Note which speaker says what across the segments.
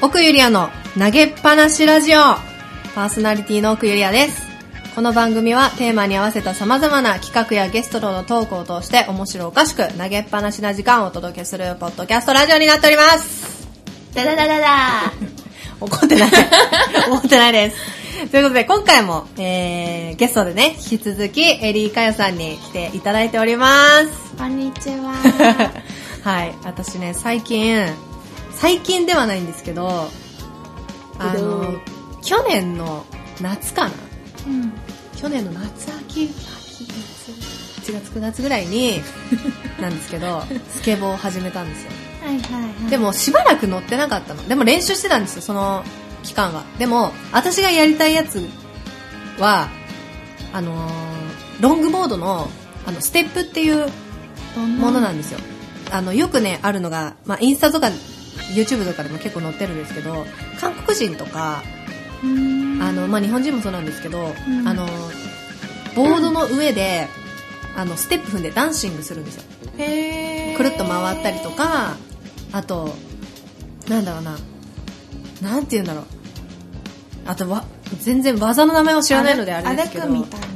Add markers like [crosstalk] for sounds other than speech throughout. Speaker 1: 奥ゆりやの投げっぱなしラジオパーソナリティの奥ゆりやですこの番組はテーマに合わせた様々な企画やゲストとのトークを通して面白おかしく投げっぱなしな時間をお届けするポッドキャストラジオになっております
Speaker 2: ダダダダダ
Speaker 1: 怒ってない怒ってないです [laughs] ということで今回も、えー、ゲストでね引き続きエリーかよさんに来ていただいております
Speaker 2: こんにちは
Speaker 1: [laughs] はい私ね最近最近ではないんですけどあ
Speaker 2: う
Speaker 1: の
Speaker 2: ん
Speaker 1: 去年の夏かな
Speaker 2: うん
Speaker 1: 去年の夏秋秋夏8月9月ぐらいになんですけどスケボーを始めたんですよ
Speaker 2: はいはいはい
Speaker 1: でもしばらく乗ってなかったのでも練習してたんですよその期間はでも私がやりたいやつはあのーロングボードのあのステップっていう
Speaker 2: どん
Speaker 1: ものな
Speaker 2: の
Speaker 1: んですよ、あのよくねあるのが、まあ、インスタとか YouTube とかでも結構載ってるんですけど韓国人とか
Speaker 2: うーん
Speaker 1: あの、まあ、日本人もそうなんですけど、
Speaker 2: うん
Speaker 1: あのボードの上で、あのステップ踏んでダンシングするんですよ
Speaker 2: へー
Speaker 1: くるっと回ったりとかあとなんだろうななんて言うんだろうあとわ全然技の名前を知らないのであれですけど
Speaker 2: 歩くみたいなや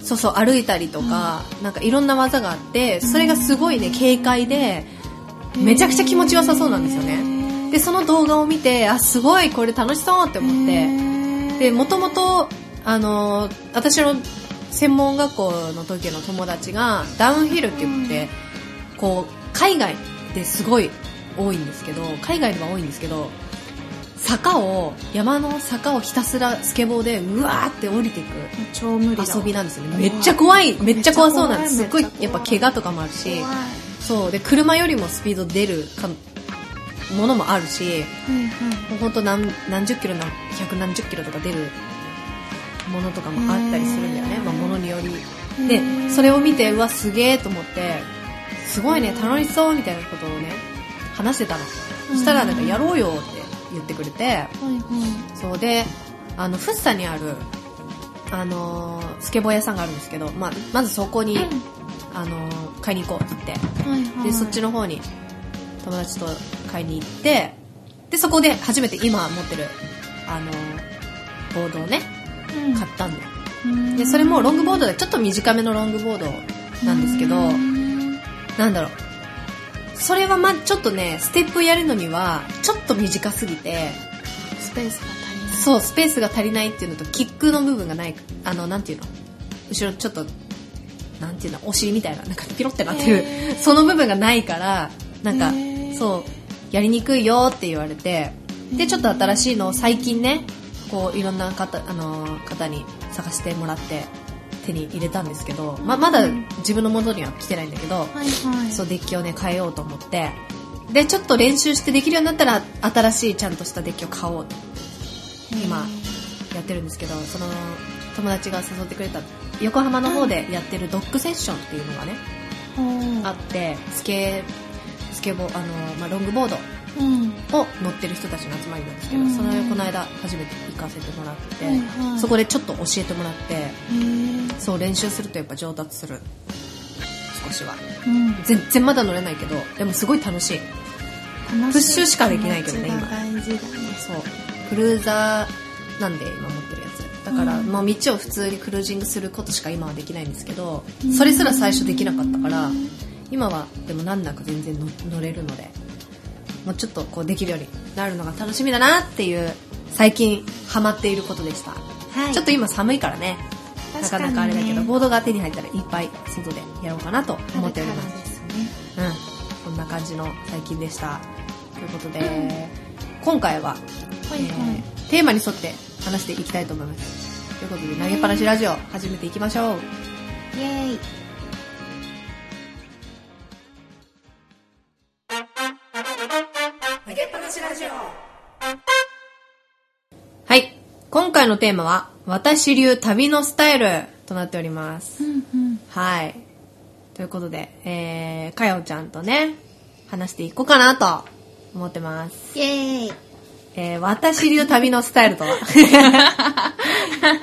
Speaker 2: つ
Speaker 1: そうそう歩いたりとか、なんかいろんな技があってそれがすごいね軽快でめちゃくちゃ気持ちよさそうなんですよねでその動画を見てあすごいこれ楽しそうって思って
Speaker 2: て
Speaker 1: でもともとあのー私の専門学校の時の友達がダウンヒルって言って、こう海外ですごい多いんですけど海外では多いんですけど坂を山の坂をひたすらスケボーでうわーって降りていく
Speaker 2: 超無理だ
Speaker 1: 遊びなんですよね
Speaker 2: 怖
Speaker 1: め
Speaker 2: い
Speaker 1: っちゃ怖いめっちゃ怖そうなんですす
Speaker 2: め
Speaker 1: っ
Speaker 2: っちゃ
Speaker 1: ご
Speaker 2: 怖い
Speaker 1: いやっぱ怪我とかもあるし
Speaker 2: 怖いは
Speaker 1: そうで車よりもスピード出るかものもあるし
Speaker 2: いはい
Speaker 1: もうほんと何何十キロな百何十キロとか出るものとかもあったりするんだよね、
Speaker 2: へー
Speaker 1: まあ、ものにより
Speaker 2: へ
Speaker 1: で
Speaker 2: ー
Speaker 1: それを見てうわすげえと思ってすごいね楽しそうみたいなことをね話してたのそしたらなんかやろうよって言ってくれて
Speaker 2: はいは
Speaker 1: そうであのフッサにあるあのースケボー屋さんがあるんですけど、まあ、まずそこに、
Speaker 2: い
Speaker 1: あのー買いに行こうって言って
Speaker 2: はいはい
Speaker 1: でそっちの方に友達と買いに行ってでそこで初めて今持ってるあのボードをね
Speaker 2: うん
Speaker 1: 買ったんだよ
Speaker 2: うん
Speaker 1: でそれもロングボードでちょっと短めのロングボードなんですけど
Speaker 2: うん
Speaker 1: なんだろうそれはまちょっとねステップやるのにはちょっと短すぎて
Speaker 2: スペースが足りない
Speaker 1: そうスペースが足りないっていうのとキックの部分がないあのなんていうの後ろちょっとなんていうのお尻みたいななんかピロってなってる、
Speaker 2: へー
Speaker 1: その部分がないからなんか
Speaker 2: へー
Speaker 1: そうやりにくいよって言われてでちょっと新しいのを最近ねこういろんな方,、あのー方に探してもらって手に入れたんですけどままだ自分の元には来てないんだけど、
Speaker 2: はいはい
Speaker 1: そうデッキをね変えようと思ってでちょっと練習してできるようになったら新しいちゃんとしたデッキを買おうと今やってるんですけどその友達が誘ってくれた横浜の方でやってるドッグセッションっていうのがね、
Speaker 2: うん
Speaker 1: あってスケスケボーあの、まあ、ロングボー
Speaker 2: うん
Speaker 1: ドを乗ってる人たちの集まりなんですけど、
Speaker 2: うん
Speaker 1: それこの間初めて行かせてもらって、
Speaker 2: はいはい
Speaker 1: そこでちょっと教えてもらって
Speaker 2: へー
Speaker 1: そう練習するとやっぱ上達する少しは
Speaker 2: うん
Speaker 1: 全然まだ乗れないけどでもすごい楽しいプッシュしかできないけどね今
Speaker 2: 気持ちが大事だね
Speaker 1: そうクルーザーなんで今持ってるやつだから、
Speaker 2: うん
Speaker 1: まあ、道を普通にクルージングすることしか今はできないんですけど
Speaker 2: うん
Speaker 1: それすら最初できなかったから今はでも難なく全然の乗れるのでもうちょっとこうできるようになるのが楽しみだなっていう最近ハマっていることでした、
Speaker 2: はい
Speaker 1: ちょっと今寒いからねな
Speaker 2: 確
Speaker 1: か
Speaker 2: かにね
Speaker 1: なかあれだけどボードが手に入ったらいっぱい外でやろうかなと思っております
Speaker 2: 春からですね
Speaker 1: うん、こんな感じの最近でしたということで、
Speaker 2: うん
Speaker 1: 今回は、
Speaker 2: はいはい
Speaker 1: えーテーマに沿って話していきたいと思いますということで投げっぱなしラジオ始めていきましょう
Speaker 2: イエーイ
Speaker 1: 投げっぱなしラジオはい今回のテーマは「私流旅のスタイル」となっております
Speaker 2: うんうん
Speaker 1: はいということで、えー、かよちゃんとね話していこうかなと思ってます
Speaker 2: イエーイ
Speaker 1: えー私流旅のスタイルとは、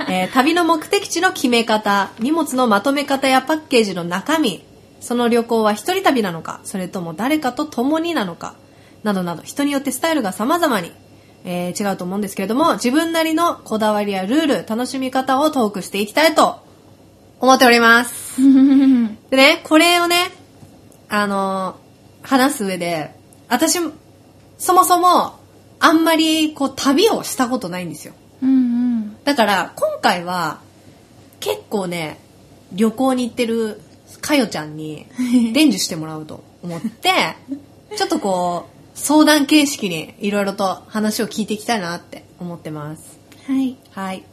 Speaker 1: えー旅の目的地の決め方、荷物のまとめ方やパッケージの中身、その旅行は一人旅なのか、それとも誰かと共になのか、などなど人によってスタイルが様々に、えー違うと思うんですけれども、自分なりのこだわりやルール、楽しみ方をトークしていきたいと思っております。
Speaker 2: うん。
Speaker 1: でね、これをね、あのー話す上で、私、そもそも、あんまり、こう、旅をしたことないんですよ。
Speaker 2: うん。
Speaker 1: だから、今回は、結構ね、旅行に行ってる、かよちゃんに、伝授してもらおうと思って、ちょっとこう、相談形式に、いろいろと話を聞いていきたいなって思ってます。
Speaker 2: はい。
Speaker 1: はい。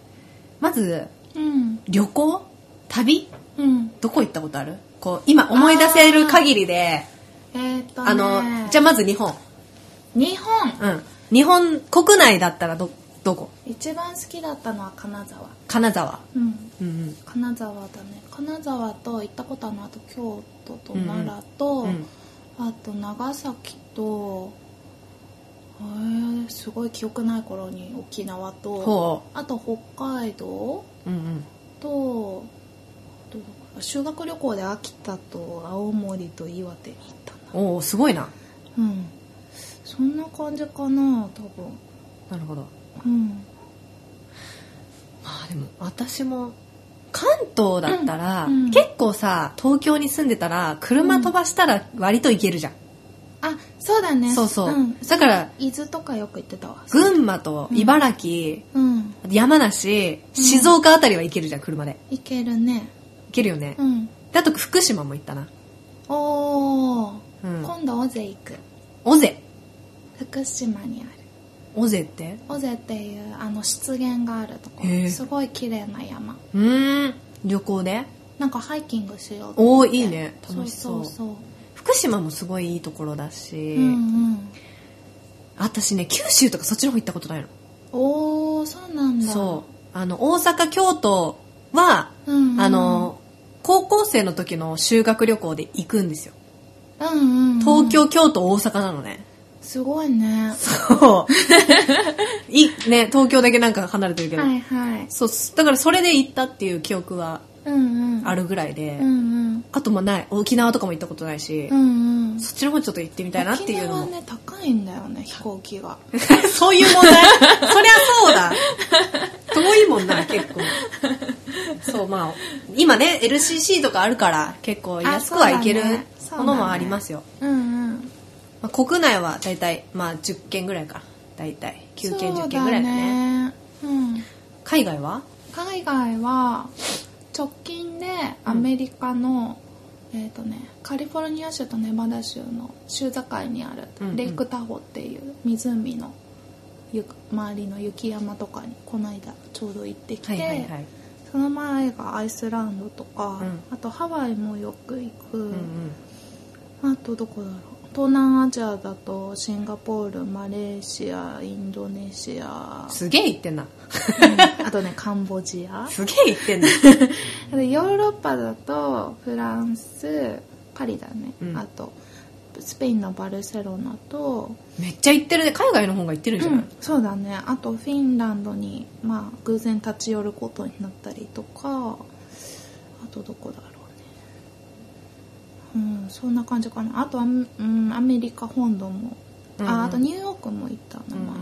Speaker 1: まず、
Speaker 2: うん。
Speaker 1: 旅行旅
Speaker 2: うん。
Speaker 1: どこ行ったことあるこう、今思い出せる限りで、
Speaker 2: えっとね。
Speaker 1: あの、じゃあまず日本。
Speaker 2: 日本。
Speaker 1: うん。日本国内だったらど、どこ
Speaker 2: 一番好きだったのは金沢。
Speaker 1: 金沢。
Speaker 2: うん。
Speaker 1: うん
Speaker 2: 金沢だね。金沢と行ったことあるのあと京都と
Speaker 1: うんうん
Speaker 2: 奈良と、
Speaker 1: うん。うん。
Speaker 2: あと長崎と、えー、すごい記憶ない頃に沖縄と
Speaker 1: ほ
Speaker 2: あと北海道
Speaker 1: う。うんうん。
Speaker 2: とあと修学旅行で秋田と青森と岩手に行ったんだ
Speaker 1: おおすごいな。
Speaker 2: うんそんな感じかな多分
Speaker 1: なるほど。
Speaker 2: うん
Speaker 1: まあでも私も関東だったら、
Speaker 2: うんうん
Speaker 1: 結構さ東京に住んでたら車飛ばしたら割と行けるじゃん、
Speaker 2: あそうだね
Speaker 1: そうそう、
Speaker 2: ん、
Speaker 1: だから
Speaker 2: 伊豆とかよく行ってたわ
Speaker 1: 群馬と茨城、
Speaker 2: うん
Speaker 1: 山梨静岡あたりは行けるじゃん車で
Speaker 2: 行けるね
Speaker 1: 行けるよね、
Speaker 2: うん
Speaker 1: であと福島も行ったな
Speaker 2: おー、
Speaker 1: うん
Speaker 2: 今度尾瀬行く
Speaker 1: 尾瀬
Speaker 2: 福島にある
Speaker 1: 尾瀬って
Speaker 2: 尾瀬っていうあの湿原があるとこ
Speaker 1: へえ
Speaker 2: すごい綺麗な山
Speaker 1: うーん旅行で
Speaker 2: なんかハイキングしようと
Speaker 1: お
Speaker 2: 思
Speaker 1: お
Speaker 2: って
Speaker 1: いいね楽しそう
Speaker 2: そうそう
Speaker 1: 福島もすごいいいところだし、
Speaker 2: そう、うんうん
Speaker 1: 私ね九州とかそっちの方行ったことないの
Speaker 2: おおそうなんだ
Speaker 1: そうあの大阪京都は
Speaker 2: う、うんうん、
Speaker 1: あの、高校生の時の修学旅行で行くんですよ。
Speaker 2: うんうんうん
Speaker 1: 東京、京都、大阪なのね。
Speaker 2: すごいね [laughs]
Speaker 1: そう。い、ね、東京だけなんか離れてるけど。
Speaker 2: はいはい
Speaker 1: そう、だからそれで行ったっていう記憶は
Speaker 2: うんうん
Speaker 1: あ
Speaker 2: る
Speaker 1: るぐらいで、
Speaker 2: うんうん
Speaker 1: あともうない、沖縄とかも行ったことないし、
Speaker 2: うんうん
Speaker 1: そっちの方ちょっと行ってみたいなっていうのも。
Speaker 2: 沖縄ね高いんだよね飛行機
Speaker 1: [laughs]
Speaker 2: が
Speaker 1: そういう問題そりゃそうだ。遠いもんな、結構。そう、まあ、今ね、LCC とかあるから、結構安くは行ける
Speaker 2: あそうだねそうだ
Speaker 1: も
Speaker 2: ね
Speaker 1: のもありますよ。
Speaker 2: うんうん
Speaker 1: まあ、国内は大体、まあ、10件ぐらいか大体9件10件ぐらいだね
Speaker 2: そうだねうん
Speaker 1: 海外は
Speaker 2: 海外は直近でアメリカの、えっ、とねカリフォルニア州とネバダ州の州境にある
Speaker 1: うんうん
Speaker 2: レイクタホっていう湖のゆ周りの雪山とかにこの間ちょうど行ってきて、
Speaker 1: はいはいはい
Speaker 2: その前がアイスランドとか、
Speaker 1: うん
Speaker 2: あとハワイもよく行く、
Speaker 1: うんうん
Speaker 2: あとどこだろう東南アジアだとシンガポールマレーシアインドネシ
Speaker 1: [laughs]
Speaker 2: ア、
Speaker 1: すげえ行ってんな
Speaker 2: うんあとねカンボジア
Speaker 1: すげえ行ってんな
Speaker 2: でヨーロッパだとフランスパリだね、
Speaker 1: うん
Speaker 2: あとスペインのバルセロナと、
Speaker 1: めっちゃ行ってるね海外の方が行ってるんじゃない、
Speaker 2: [clears throat] そうだねあとフィンランドに、まあ、偶然立ち寄ることになったりとかあとどこだろうねうんそんな感じかなあとア,、うん、アメリカ本土も、
Speaker 1: うんうん
Speaker 2: ああとニューヨークも行った
Speaker 1: う
Speaker 2: の
Speaker 1: ん
Speaker 2: は、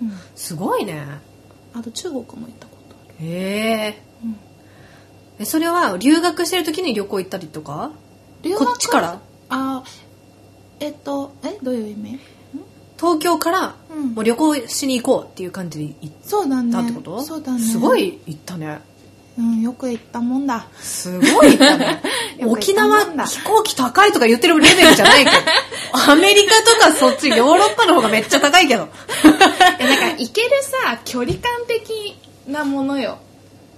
Speaker 1: うん
Speaker 2: うん
Speaker 1: すごいね
Speaker 2: あと中国も行ったことある、
Speaker 1: へ
Speaker 2: うん
Speaker 1: えそれは留学してる時に旅行行ったりとか
Speaker 2: 留学
Speaker 1: こっちから
Speaker 2: あえっとえどういう意味
Speaker 1: 東京から
Speaker 2: うん
Speaker 1: もう旅行しに行こうっていう感じで行っ
Speaker 2: そうだね。
Speaker 1: たってこと、
Speaker 2: そうだね。
Speaker 1: すご。い行ったね
Speaker 2: うん、よく行ったもんだ。。
Speaker 1: すごい行ったね
Speaker 2: [laughs] よく行
Speaker 1: 沖
Speaker 2: ったも
Speaker 1: 縄
Speaker 2: んだ
Speaker 1: 飛行機高いとか言ってるレベルじゃないけ
Speaker 2: [laughs]
Speaker 1: ど。アメリカとかそっち、ヨーロッパの方がめっちゃ高いけど。
Speaker 2: え、なんか行けるさ、距離感的なものよ。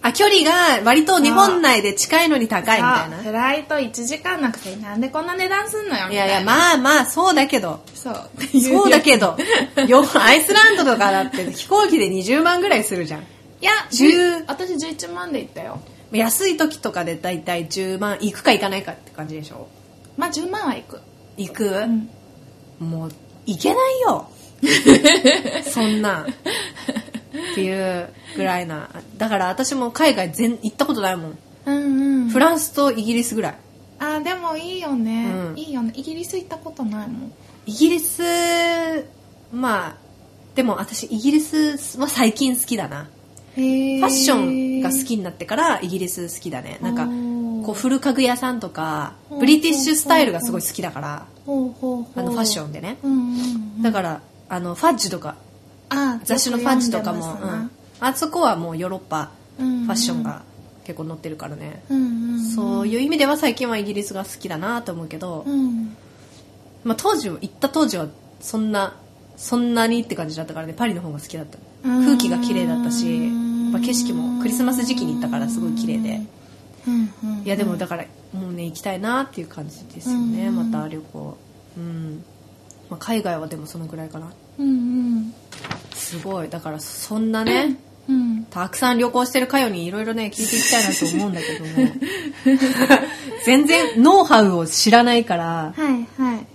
Speaker 1: あ、距離が割と日本内で近いのに高いみたい
Speaker 2: さ
Speaker 1: な。
Speaker 2: フライト1時間なくてなんでこんな値段すんのよ。
Speaker 1: いやいや、
Speaker 2: あ。
Speaker 1: まあまあ、そうだけど。
Speaker 2: そう。
Speaker 1: そうだ。けど。よ、アイスランドとかだって飛行機で20万ぐらいするじゃん。
Speaker 2: いや、
Speaker 1: 10
Speaker 2: 私11万で行ったよ。
Speaker 1: 安い時とかでだいたい10万行くか行かないかって感じでしょ
Speaker 2: まあ10万は行く。
Speaker 1: 行く、
Speaker 2: ん
Speaker 1: もういけない
Speaker 2: [laughs]
Speaker 1: よそんなっていうぐらいなだから私も海外全行ったことないもん、
Speaker 2: うんうん。
Speaker 1: フランスとイギリスぐらい
Speaker 2: あ、でもいいよね、
Speaker 1: うん
Speaker 2: いいよね。イギリス行ったことないもん。
Speaker 1: イギリスまあでも私イギリスは最近好きだな
Speaker 2: ファ
Speaker 1: ファッションが好きになってからイギリス好きだねなんかこう古家具屋さんとかブリティッシュスタイルがすごい好きだから
Speaker 2: ほうほうほう
Speaker 1: あのファッショ
Speaker 2: ン、
Speaker 1: ンでね
Speaker 2: うんうんうん、
Speaker 1: だからあのファッジとか
Speaker 2: あ
Speaker 1: 雑誌のファッジとかも、
Speaker 2: よ
Speaker 1: う
Speaker 2: く読ん
Speaker 1: ん
Speaker 2: で、
Speaker 1: あそこはもうヨーロッパ
Speaker 2: ますなうんうん
Speaker 1: ファッションが結構載ってるからね、
Speaker 2: うんうんうん
Speaker 1: そういう意味では最近はイギリスが好きだなと思うけど、
Speaker 2: うん
Speaker 1: まあ、当時行った当時はそんなそんなにって感じだったからねパリの方が好きだった
Speaker 2: うん
Speaker 1: 空気が綺麗だったしやっぱ景色もクリスマス時期に行ったからすごい綺麗で
Speaker 2: うんうん
Speaker 1: いやでもだからもうね行きたいなっていう感じですよね
Speaker 2: うん
Speaker 1: また旅行うん、まあ、海外はでもそのぐらいかな
Speaker 2: うん
Speaker 1: すごいだからそんなね
Speaker 2: うんうん
Speaker 1: たくさん旅行してるかよにいろいろね聞いていきたいなと思うんだけども
Speaker 2: [laughs]
Speaker 1: 全然ノウハウを知らないから
Speaker 2: はいはい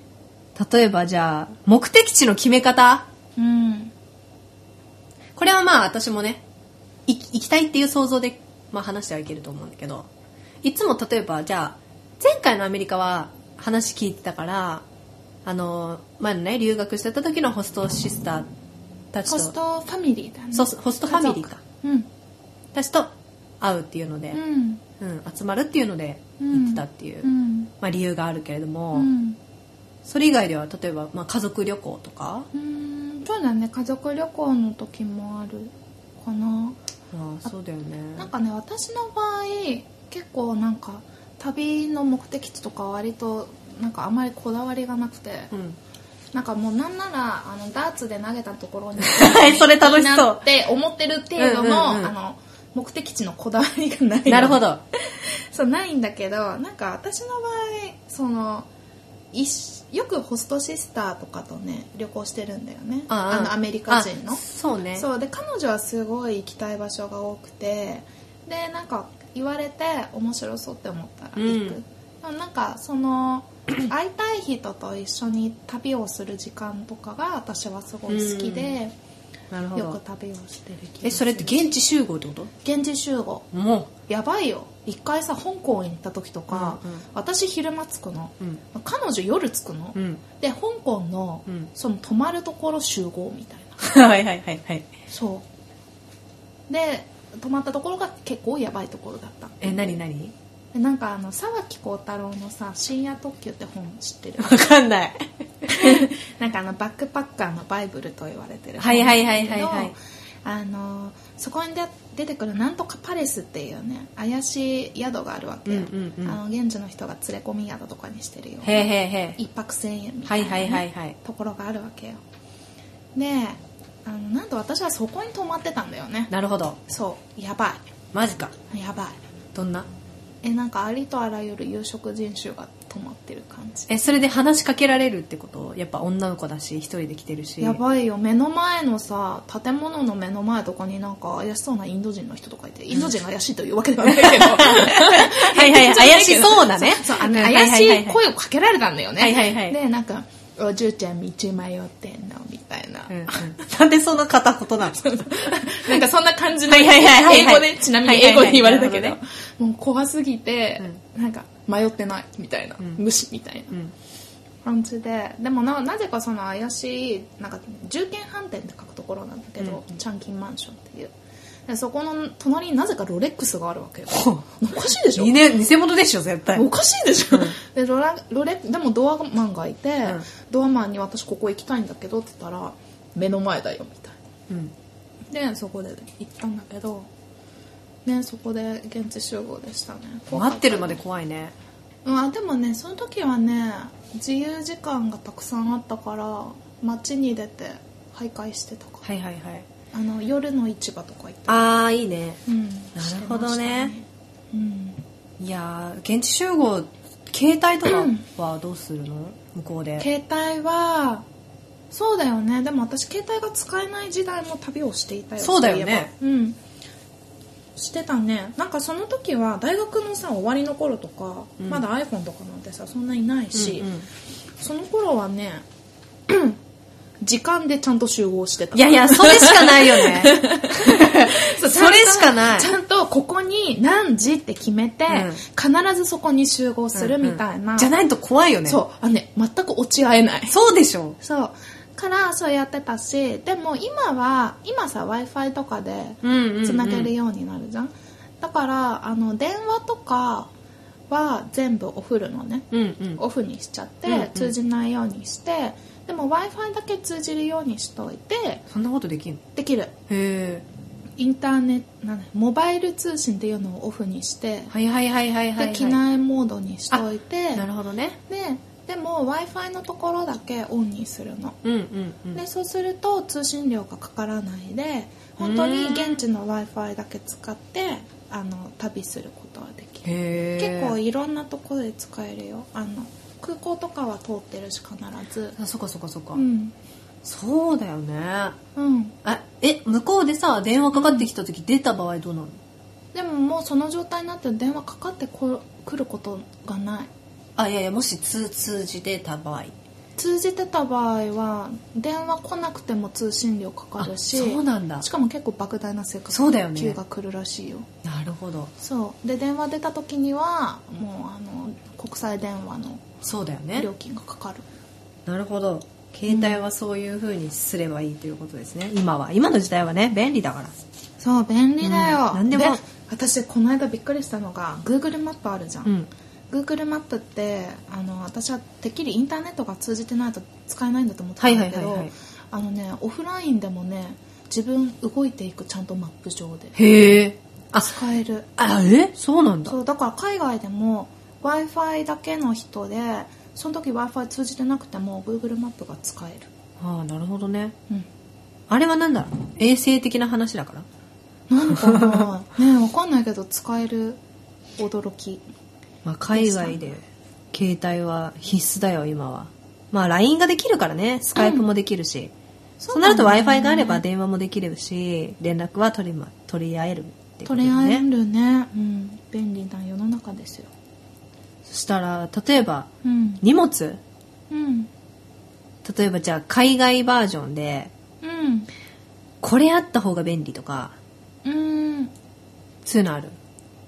Speaker 1: 例えばじゃあ目的地の決め方
Speaker 2: うん
Speaker 1: これはまあ私もねい行きたいっていう想像で、まあ、話してはいけると思うんだけどいつも例えばじゃあ前回のアメリカは話聞いてたからあの前のね留学してた時のホストシスターたち
Speaker 2: ホス
Speaker 1: と
Speaker 2: トファミリーだね
Speaker 1: そうホストファミリーか
Speaker 2: うん
Speaker 1: たちと会うっていうので
Speaker 2: う、ん
Speaker 1: うん集まるっていうので行ってたっていう、
Speaker 2: うん
Speaker 1: まあ、理由があるけれども、
Speaker 2: うん
Speaker 1: それ以外では例えば、まあ、家族旅行とか、
Speaker 2: うんそうだね家族旅行の時もあるかな
Speaker 1: まあ、そうだよね
Speaker 2: なんかね私の場合結構なんか旅の目的地とかは割となんかあまりこだわりがなくて、
Speaker 1: うん、
Speaker 2: なんかもうなんならあのダーツで投げたところに
Speaker 1: いそれ楽しそう
Speaker 2: いいなって思ってる程度の,、
Speaker 1: うんうんうん
Speaker 2: あの目的地のこだわりがない
Speaker 1: なるほど
Speaker 2: そうないんだけどなんか私の場合そのいしよくホストシスターとかとね旅行してるんだよね
Speaker 1: ああ
Speaker 2: あのアメリカ人の
Speaker 1: あそうね
Speaker 2: そうで彼女はすごい行きたい場所が多くてでなんか言われて面白そうって思ったら行く、
Speaker 1: うん
Speaker 2: でもなんかその会いたい人と一緒に旅をする時間とかが私はすごい好きで、
Speaker 1: なるほ
Speaker 2: よく
Speaker 1: ど
Speaker 2: 旅をしてる気がする
Speaker 1: えそれって現地集合ってこと
Speaker 2: 現地集合
Speaker 1: も
Speaker 2: やばいよ一回さ香港に行った時とか、
Speaker 1: うんうん
Speaker 2: 私昼間着くの
Speaker 1: ううん
Speaker 2: 彼女夜着くの、
Speaker 1: うん
Speaker 2: で香港の、
Speaker 1: うん
Speaker 2: その泊まるところ集合みたいな
Speaker 1: [laughs] はいはいはいはい
Speaker 2: そうで泊まったところが結構やばいところだった
Speaker 1: え何何
Speaker 2: でなんかあの沢木耕太郎のさ「深夜特急」って本知ってる
Speaker 1: わかんない
Speaker 2: なんかあのバックパッカーのバイブルと言われてる
Speaker 1: はいはいはいはいはい
Speaker 2: 本なんだけどあのそこにで出てくるなんとかパレスっていうね怪しい宿があるわけよ、
Speaker 1: うんうんうん
Speaker 2: あの現地の人が連れ込み宿とかにしてるよ
Speaker 1: へえへえへえ
Speaker 2: 一泊千円みた
Speaker 1: はいい
Speaker 2: なね、
Speaker 1: はいはいはい
Speaker 2: ところがあるわけよであのなんと私はそこに泊まってたんだよね
Speaker 1: なるほど
Speaker 2: そうやば
Speaker 1: マジか
Speaker 2: いやばい
Speaker 1: どんな
Speaker 2: えなんかありとあらゆる有色人種が止まってる感じ
Speaker 1: えそれで話しかけられるってことやっぱ女の子だし一人で来てるし
Speaker 2: やばいよ目の前のさ建物の目の前とかになんか怪しそうなインド人の人とかいてインド人が怪しいというわけではないけ
Speaker 1: [laughs]
Speaker 2: ど
Speaker 1: はいはいはい怪しそうなね
Speaker 2: [laughs] そうそうあの
Speaker 1: うん
Speaker 2: 怪し
Speaker 1: ははいはは
Speaker 2: 声をかけられたんだよね
Speaker 1: はいはいはい
Speaker 2: でなんか「おじゅうちゃん道迷ってんの」みたいな、
Speaker 1: うんうんなんでそんな片言なの [laughs]
Speaker 2: [laughs] なんかそんな感じの
Speaker 1: はいはいはいはい
Speaker 2: 英
Speaker 1: は
Speaker 2: 語
Speaker 1: い
Speaker 2: でちなみに英語で言われたけ
Speaker 1: はい
Speaker 2: ど
Speaker 1: はい
Speaker 2: もう怖すぎてなんか迷ってないみたいな
Speaker 1: うん
Speaker 2: 無視みたいな
Speaker 1: うん
Speaker 2: 感じででもななぜかその怪しいなんか銃剣飯店って書くところなんだけどチャンキンマンションっていうでそこの隣になぜかロレックスがあるわけよおかしいでしょ
Speaker 1: 偽偽物でしょ絶対
Speaker 2: おかしいでしょ、でロラロレでもドアマンがいて、
Speaker 1: ん
Speaker 2: ドアマンに私ここ行きたいんだけどって言ったら目の前だよみたいな
Speaker 1: うん
Speaker 2: でそこで行ったんだけどねそこで現地集合でしたね
Speaker 1: 待ってるまで怖いね
Speaker 2: うんあでもねその時はね自由時間がたくさんあったから街に出て徘徊してたか
Speaker 1: はいはいはい
Speaker 2: らあの夜の市場とか行って
Speaker 1: ああいいね
Speaker 2: うん
Speaker 1: なるほどね
Speaker 2: してましたね
Speaker 1: いやー現地集合携帯とかはどうするの向こう
Speaker 2: うん
Speaker 1: で
Speaker 2: 携帯はそうだよねでも私携帯が使えない時代も旅をしていたよ
Speaker 1: そうだよね
Speaker 2: いえばうんしてたねなんかその時は大学のさ終わりの頃とか、
Speaker 1: うん
Speaker 2: まだ iPhone とかなんてさそんないないし、
Speaker 1: うんうん
Speaker 2: その頃はね [clears throat] 時間でちゃんと集合してた
Speaker 1: いや [laughs] いやそれしかないよ [laughs] ね
Speaker 2: そう
Speaker 1: それしかない
Speaker 2: ちゃんとちゃんとここに何時って決めて、
Speaker 1: うん
Speaker 2: 必ずそこに集合するみたいな、
Speaker 1: じゃないと怖いよね
Speaker 2: そうあのね全く落ち合えない
Speaker 1: そうでしょ
Speaker 2: そうからそうやってたしでも今は今さ w i f i とかで
Speaker 1: うんうんうん
Speaker 2: つなげるようになるじゃん,、だからあの電話とかは全部おフルのね、
Speaker 1: うんうん
Speaker 2: オフにしちゃって、
Speaker 1: うんうん
Speaker 2: 通じないようにしてでも w i f i だけ通じるようにしといて
Speaker 1: そんなことできんの
Speaker 2: できる
Speaker 1: へえ
Speaker 2: インターネットなんだモバイル通信っていうのをオフにして、
Speaker 1: はいはいはいはいはい、はい、
Speaker 2: で機内モードにしといて
Speaker 1: なるほどね
Speaker 2: ででも w i f i のところだけオンにするの、
Speaker 1: うんうんうん
Speaker 2: でそうすると通信量がかからないで本当に現地の w i f i だけ使ってあの旅することはできる
Speaker 1: へ
Speaker 2: 結
Speaker 1: え
Speaker 2: 構いろんなとこで使えるよあの空港とかは通ってるし必ず
Speaker 1: あそっかそっかそっか、
Speaker 2: うん
Speaker 1: そうだよね
Speaker 2: うん
Speaker 1: あえ向こうでさ電話かかってきた時出た場合どうなの
Speaker 2: でももうその状態になって電話かかってこ来ることがない
Speaker 1: あいやいやもし通通じてた場合
Speaker 2: 通じてた場合は電話来なくても通信料かかるし
Speaker 1: あそうなんだ
Speaker 2: しかも結構莫大な生活
Speaker 1: そうだよね
Speaker 2: 給が来るらしいよ
Speaker 1: なるほど
Speaker 2: そうで電話出た時にはもうあの国際電話の
Speaker 1: そうだよね
Speaker 2: 料金がかかる
Speaker 1: なるほど携帯はそういう風にすればいいということですね、今は今の時代はね便利だから
Speaker 2: そう便利だよ、
Speaker 1: うん何でも
Speaker 2: 私この間びっくりしたのが Google マップあるじゃん、
Speaker 1: うん
Speaker 2: Google マップってあの私はてっきりインターネットが通じてないと使えないんだと思ってたんだけ
Speaker 1: はいはいはい
Speaker 2: ど
Speaker 1: はい
Speaker 2: あのねオフラインでもね自分動いていくちゃんとマップ上で
Speaker 1: へえあ
Speaker 2: 使える
Speaker 1: あえそうなんだ
Speaker 2: そうだから海外でも w i f i だけの人でその時 w i f i 通じてなくても Google マップが使える、
Speaker 1: ああなるほどね
Speaker 2: うん、
Speaker 1: あれはなんだろう衛生的な話だから
Speaker 2: なんかなねわかんないけど使える驚き
Speaker 1: まあ、海外で携帯は必須だよ今はまあ LINE ができるからねスカイプもできるし、そうなると w i f i があれば電話もできるし連絡は取り,、ま、取り合えるってこと
Speaker 2: 取
Speaker 1: だ
Speaker 2: り
Speaker 1: よ
Speaker 2: 合え
Speaker 1: ね
Speaker 2: るね、うん、便利な世の中ですよ
Speaker 1: そしたら例えば
Speaker 2: うん
Speaker 1: 荷物
Speaker 2: うん
Speaker 1: 例えばじゃあ海外バージョンで
Speaker 2: うん
Speaker 1: これあった方が便利とか
Speaker 2: うん
Speaker 1: そういうのある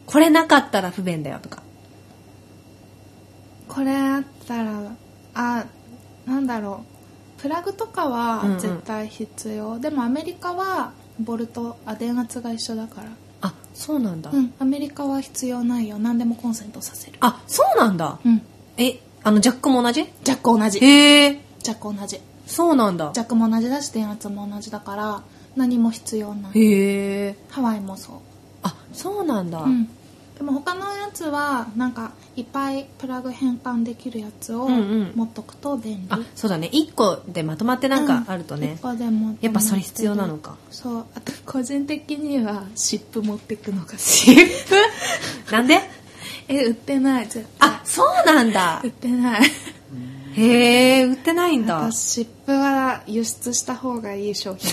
Speaker 1: これなかったら不便だよとか
Speaker 2: これあったらあなんだろうプラグとか
Speaker 1: うんう
Speaker 2: は
Speaker 1: ん
Speaker 2: 絶対必要、でもアメリカはボルトあ電圧が一緒だから
Speaker 1: あそうなんだ、
Speaker 2: うんアメリカは必要ないよ何でもコンセントさせる
Speaker 1: あそうなんだ
Speaker 2: うん
Speaker 1: えあのジャックも同じ
Speaker 2: ジャック同じ
Speaker 1: へえ
Speaker 2: ジャック同じ
Speaker 1: そうなんだ
Speaker 2: ジャックも同じだし電圧も同じだから何も必要ない
Speaker 1: へえ
Speaker 2: ハワイもそう
Speaker 1: あそうなんだ、
Speaker 2: うん、でも他のやつはなんかいっぱいプラグ変換できるやつを
Speaker 1: うんうん
Speaker 2: 持っとくと便利、
Speaker 1: あそうだね1個でまとまってなんかあるとね
Speaker 2: 一、個でも
Speaker 1: やっぱそれ必要なのか
Speaker 2: そうあと個人的には湿布持ってくのが好き
Speaker 1: [laughs] なんで
Speaker 2: え売ってない絶対
Speaker 1: あそうなんだ
Speaker 2: 売ってない
Speaker 1: へえ売ってないんだ
Speaker 2: 私湿布は輸出した方がいい商品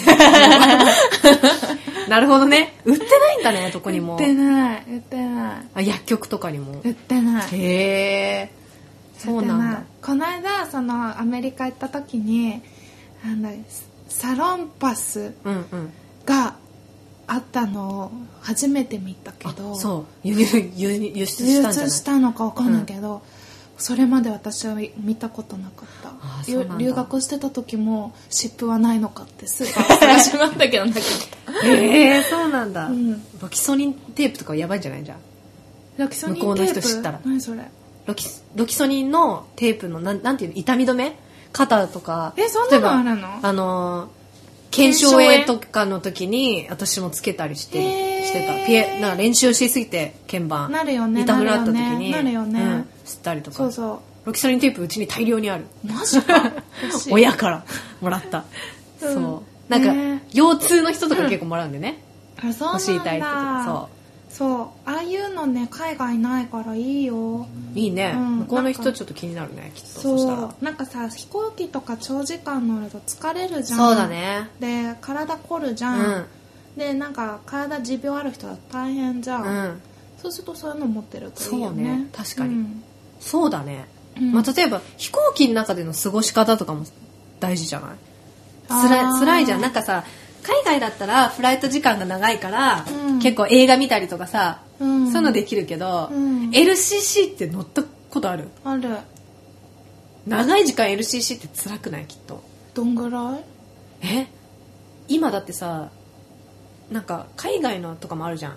Speaker 1: なるほどね売ってないんだねどこに
Speaker 2: 売っ
Speaker 1: も
Speaker 2: てない売ってない
Speaker 1: あ薬局とかにも
Speaker 2: 売ってない
Speaker 1: へえそうなん
Speaker 2: だ
Speaker 1: だ
Speaker 2: この間そのアメリカ行った時になんだサロンパス
Speaker 1: うんうん
Speaker 2: があったのを初めて見たけ
Speaker 1: あ
Speaker 2: ど
Speaker 1: そう輸入輸入輸出し
Speaker 2: 流
Speaker 1: たんじゃな
Speaker 2: 通
Speaker 1: い
Speaker 2: したのかわかんないけど、それまで私は見たことなかっ
Speaker 1: あ
Speaker 2: た
Speaker 1: そうなんだ
Speaker 2: 留学してた時も湿布はないのかって [laughs] スーパーを探しまったけどなかっ
Speaker 1: へえそうなんだ、
Speaker 2: うん
Speaker 1: ロキソニンテープとかやばいんじゃないじゃん
Speaker 2: たロキソニン
Speaker 1: 向こうの人
Speaker 2: テープ
Speaker 1: 知ったら
Speaker 2: 何それ
Speaker 1: ロキロキソニンのテープのなんなんていうの痛み止め肩とか
Speaker 2: えそんなのあるの
Speaker 1: 例えばあのー腱鞘炎とかの時に私もつけたりして
Speaker 2: へー
Speaker 1: してたピエなんか練習しすぎて鍵盤
Speaker 2: なるよね
Speaker 1: 痛くなった時に
Speaker 2: なるよねなるよね
Speaker 1: うん吸ったりとか
Speaker 2: そうそう
Speaker 1: ロキソニンテープうちに大量にある
Speaker 2: マジか
Speaker 1: [laughs] 親からもらった、
Speaker 2: うん
Speaker 1: そうなんか、
Speaker 2: ね
Speaker 1: 腰痛の人とか結構もらうんでね、
Speaker 2: あそうなんだ
Speaker 1: 腰痛い人とかそ
Speaker 2: そうああいうのね海外ないからいいよ
Speaker 1: ういいね、
Speaker 2: うん
Speaker 1: 向こうの
Speaker 2: な
Speaker 1: 人
Speaker 2: んか
Speaker 1: ちょっと気になるねきっとそした
Speaker 2: そ
Speaker 1: ら
Speaker 2: うなんかさ飛行機とか長時間乗ると疲れるじゃん
Speaker 1: そうだね
Speaker 2: で体凝るじゃん、
Speaker 1: うん
Speaker 2: でなんか体持病ある人は大変じゃ、
Speaker 1: うんん
Speaker 2: そうするとそういうの持ってるといいよね
Speaker 1: そうね確かに
Speaker 2: うん
Speaker 1: そうだね、
Speaker 2: うん
Speaker 1: まあ、例えば飛行機の中での過ごし方とかも大事じゃないつ
Speaker 2: あ
Speaker 1: ら
Speaker 2: ー
Speaker 1: つらいじゃんなんかさ海外だったらフライト時間が長いから、
Speaker 2: うん
Speaker 1: 結構映画見たりとかさ、
Speaker 2: う
Speaker 1: そ
Speaker 2: ん
Speaker 1: ういうのできるけど、
Speaker 2: うん
Speaker 1: LCC って乗ったことある
Speaker 2: ある
Speaker 1: 長い時間 LCC って辛くないきっと
Speaker 2: どんぐらい
Speaker 1: え今だってさなんか海外のとかもあるじゃん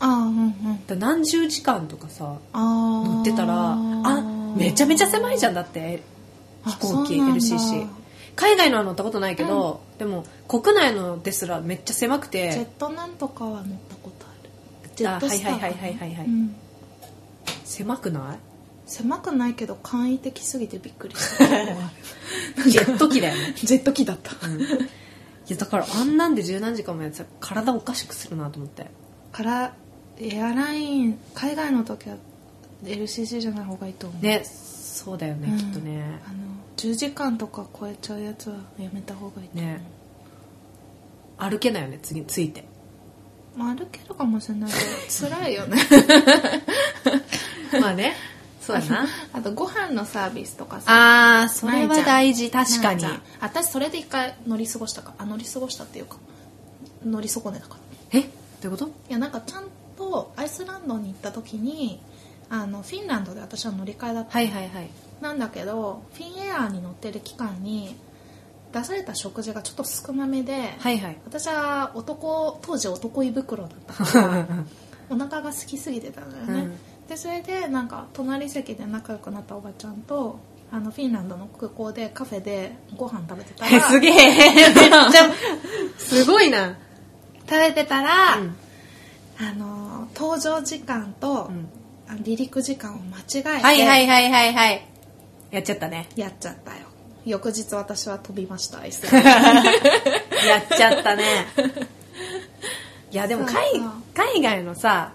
Speaker 2: ああうんうん
Speaker 1: だ何十時間とかさ
Speaker 2: ああ
Speaker 1: 乗ってたらあめちゃめちゃ狭いじゃんだって
Speaker 2: あ
Speaker 1: 飛行機
Speaker 2: そうなんだ
Speaker 1: LCC 海外のは乗ったことないけど、でも国内のですらめっちゃ狭くて
Speaker 2: ジェットなんとかは乗ったことあるジェ
Speaker 1: あ
Speaker 2: ットスター
Speaker 1: はいはいはいはいはいはい
Speaker 2: うん
Speaker 1: 狭くな
Speaker 2: 狭くないけど簡易的すぎてびっくりした
Speaker 1: [laughs]
Speaker 2: ことがあ
Speaker 1: いジェット機だよね、
Speaker 2: るジェット機だった
Speaker 1: うん、いやだからあんなんで十何時間もやってたら体おかしくするなと思って
Speaker 2: からエアライン海外の時は LCC じゃない方がいいと思う
Speaker 1: ねそうだよね、
Speaker 2: うん
Speaker 1: きっとね
Speaker 2: あの10時間とか超えちゃうやつはやめた方がいいと思う、
Speaker 1: ね歩けないよね次ついて
Speaker 2: まあ、歩けるかもしれないけ
Speaker 1: [laughs]
Speaker 2: ど辛いよね
Speaker 1: まあね [laughs] そうだな
Speaker 2: [laughs] あとご飯のサービスとかさ
Speaker 1: あーそれは大事
Speaker 2: ない
Speaker 1: 確
Speaker 2: じゃん
Speaker 1: かに
Speaker 2: ないじゃん私それで一回乗り過ごしたかあ乗り過ごしたっていうか乗り損ねたから
Speaker 1: えどういうこと
Speaker 2: いやなんかちゃんとアイスランドに行った時にあのフィンランドで私は乗り換えだった、
Speaker 1: はいはいはい
Speaker 2: なんだけどフィンエアーに乗ってる期間に出された食事がちょっと少なめで、
Speaker 1: はいはい
Speaker 2: 私は男当時男胃袋
Speaker 1: [laughs]
Speaker 2: だったからお腹が空きすぎてたのよね、でそれでなんか隣席で仲良くなったおばちゃんとあのフィンランドの空港でカフェでご飯食べてた
Speaker 1: え
Speaker 2: ら
Speaker 1: [laughs] す
Speaker 2: 食
Speaker 1: げえめっちゃすごいな、
Speaker 2: べてたら、
Speaker 1: うん
Speaker 2: あのー搭乗時間と、あ離陸時間を間違えて、
Speaker 1: はいはいはいはいはいやっちゃったね
Speaker 2: やっちゃったよ翌日私は飛びま
Speaker 1: [laughs]
Speaker 2: したアイス
Speaker 1: やっちゃったねいやでも海
Speaker 2: そうそう
Speaker 1: 海外のさ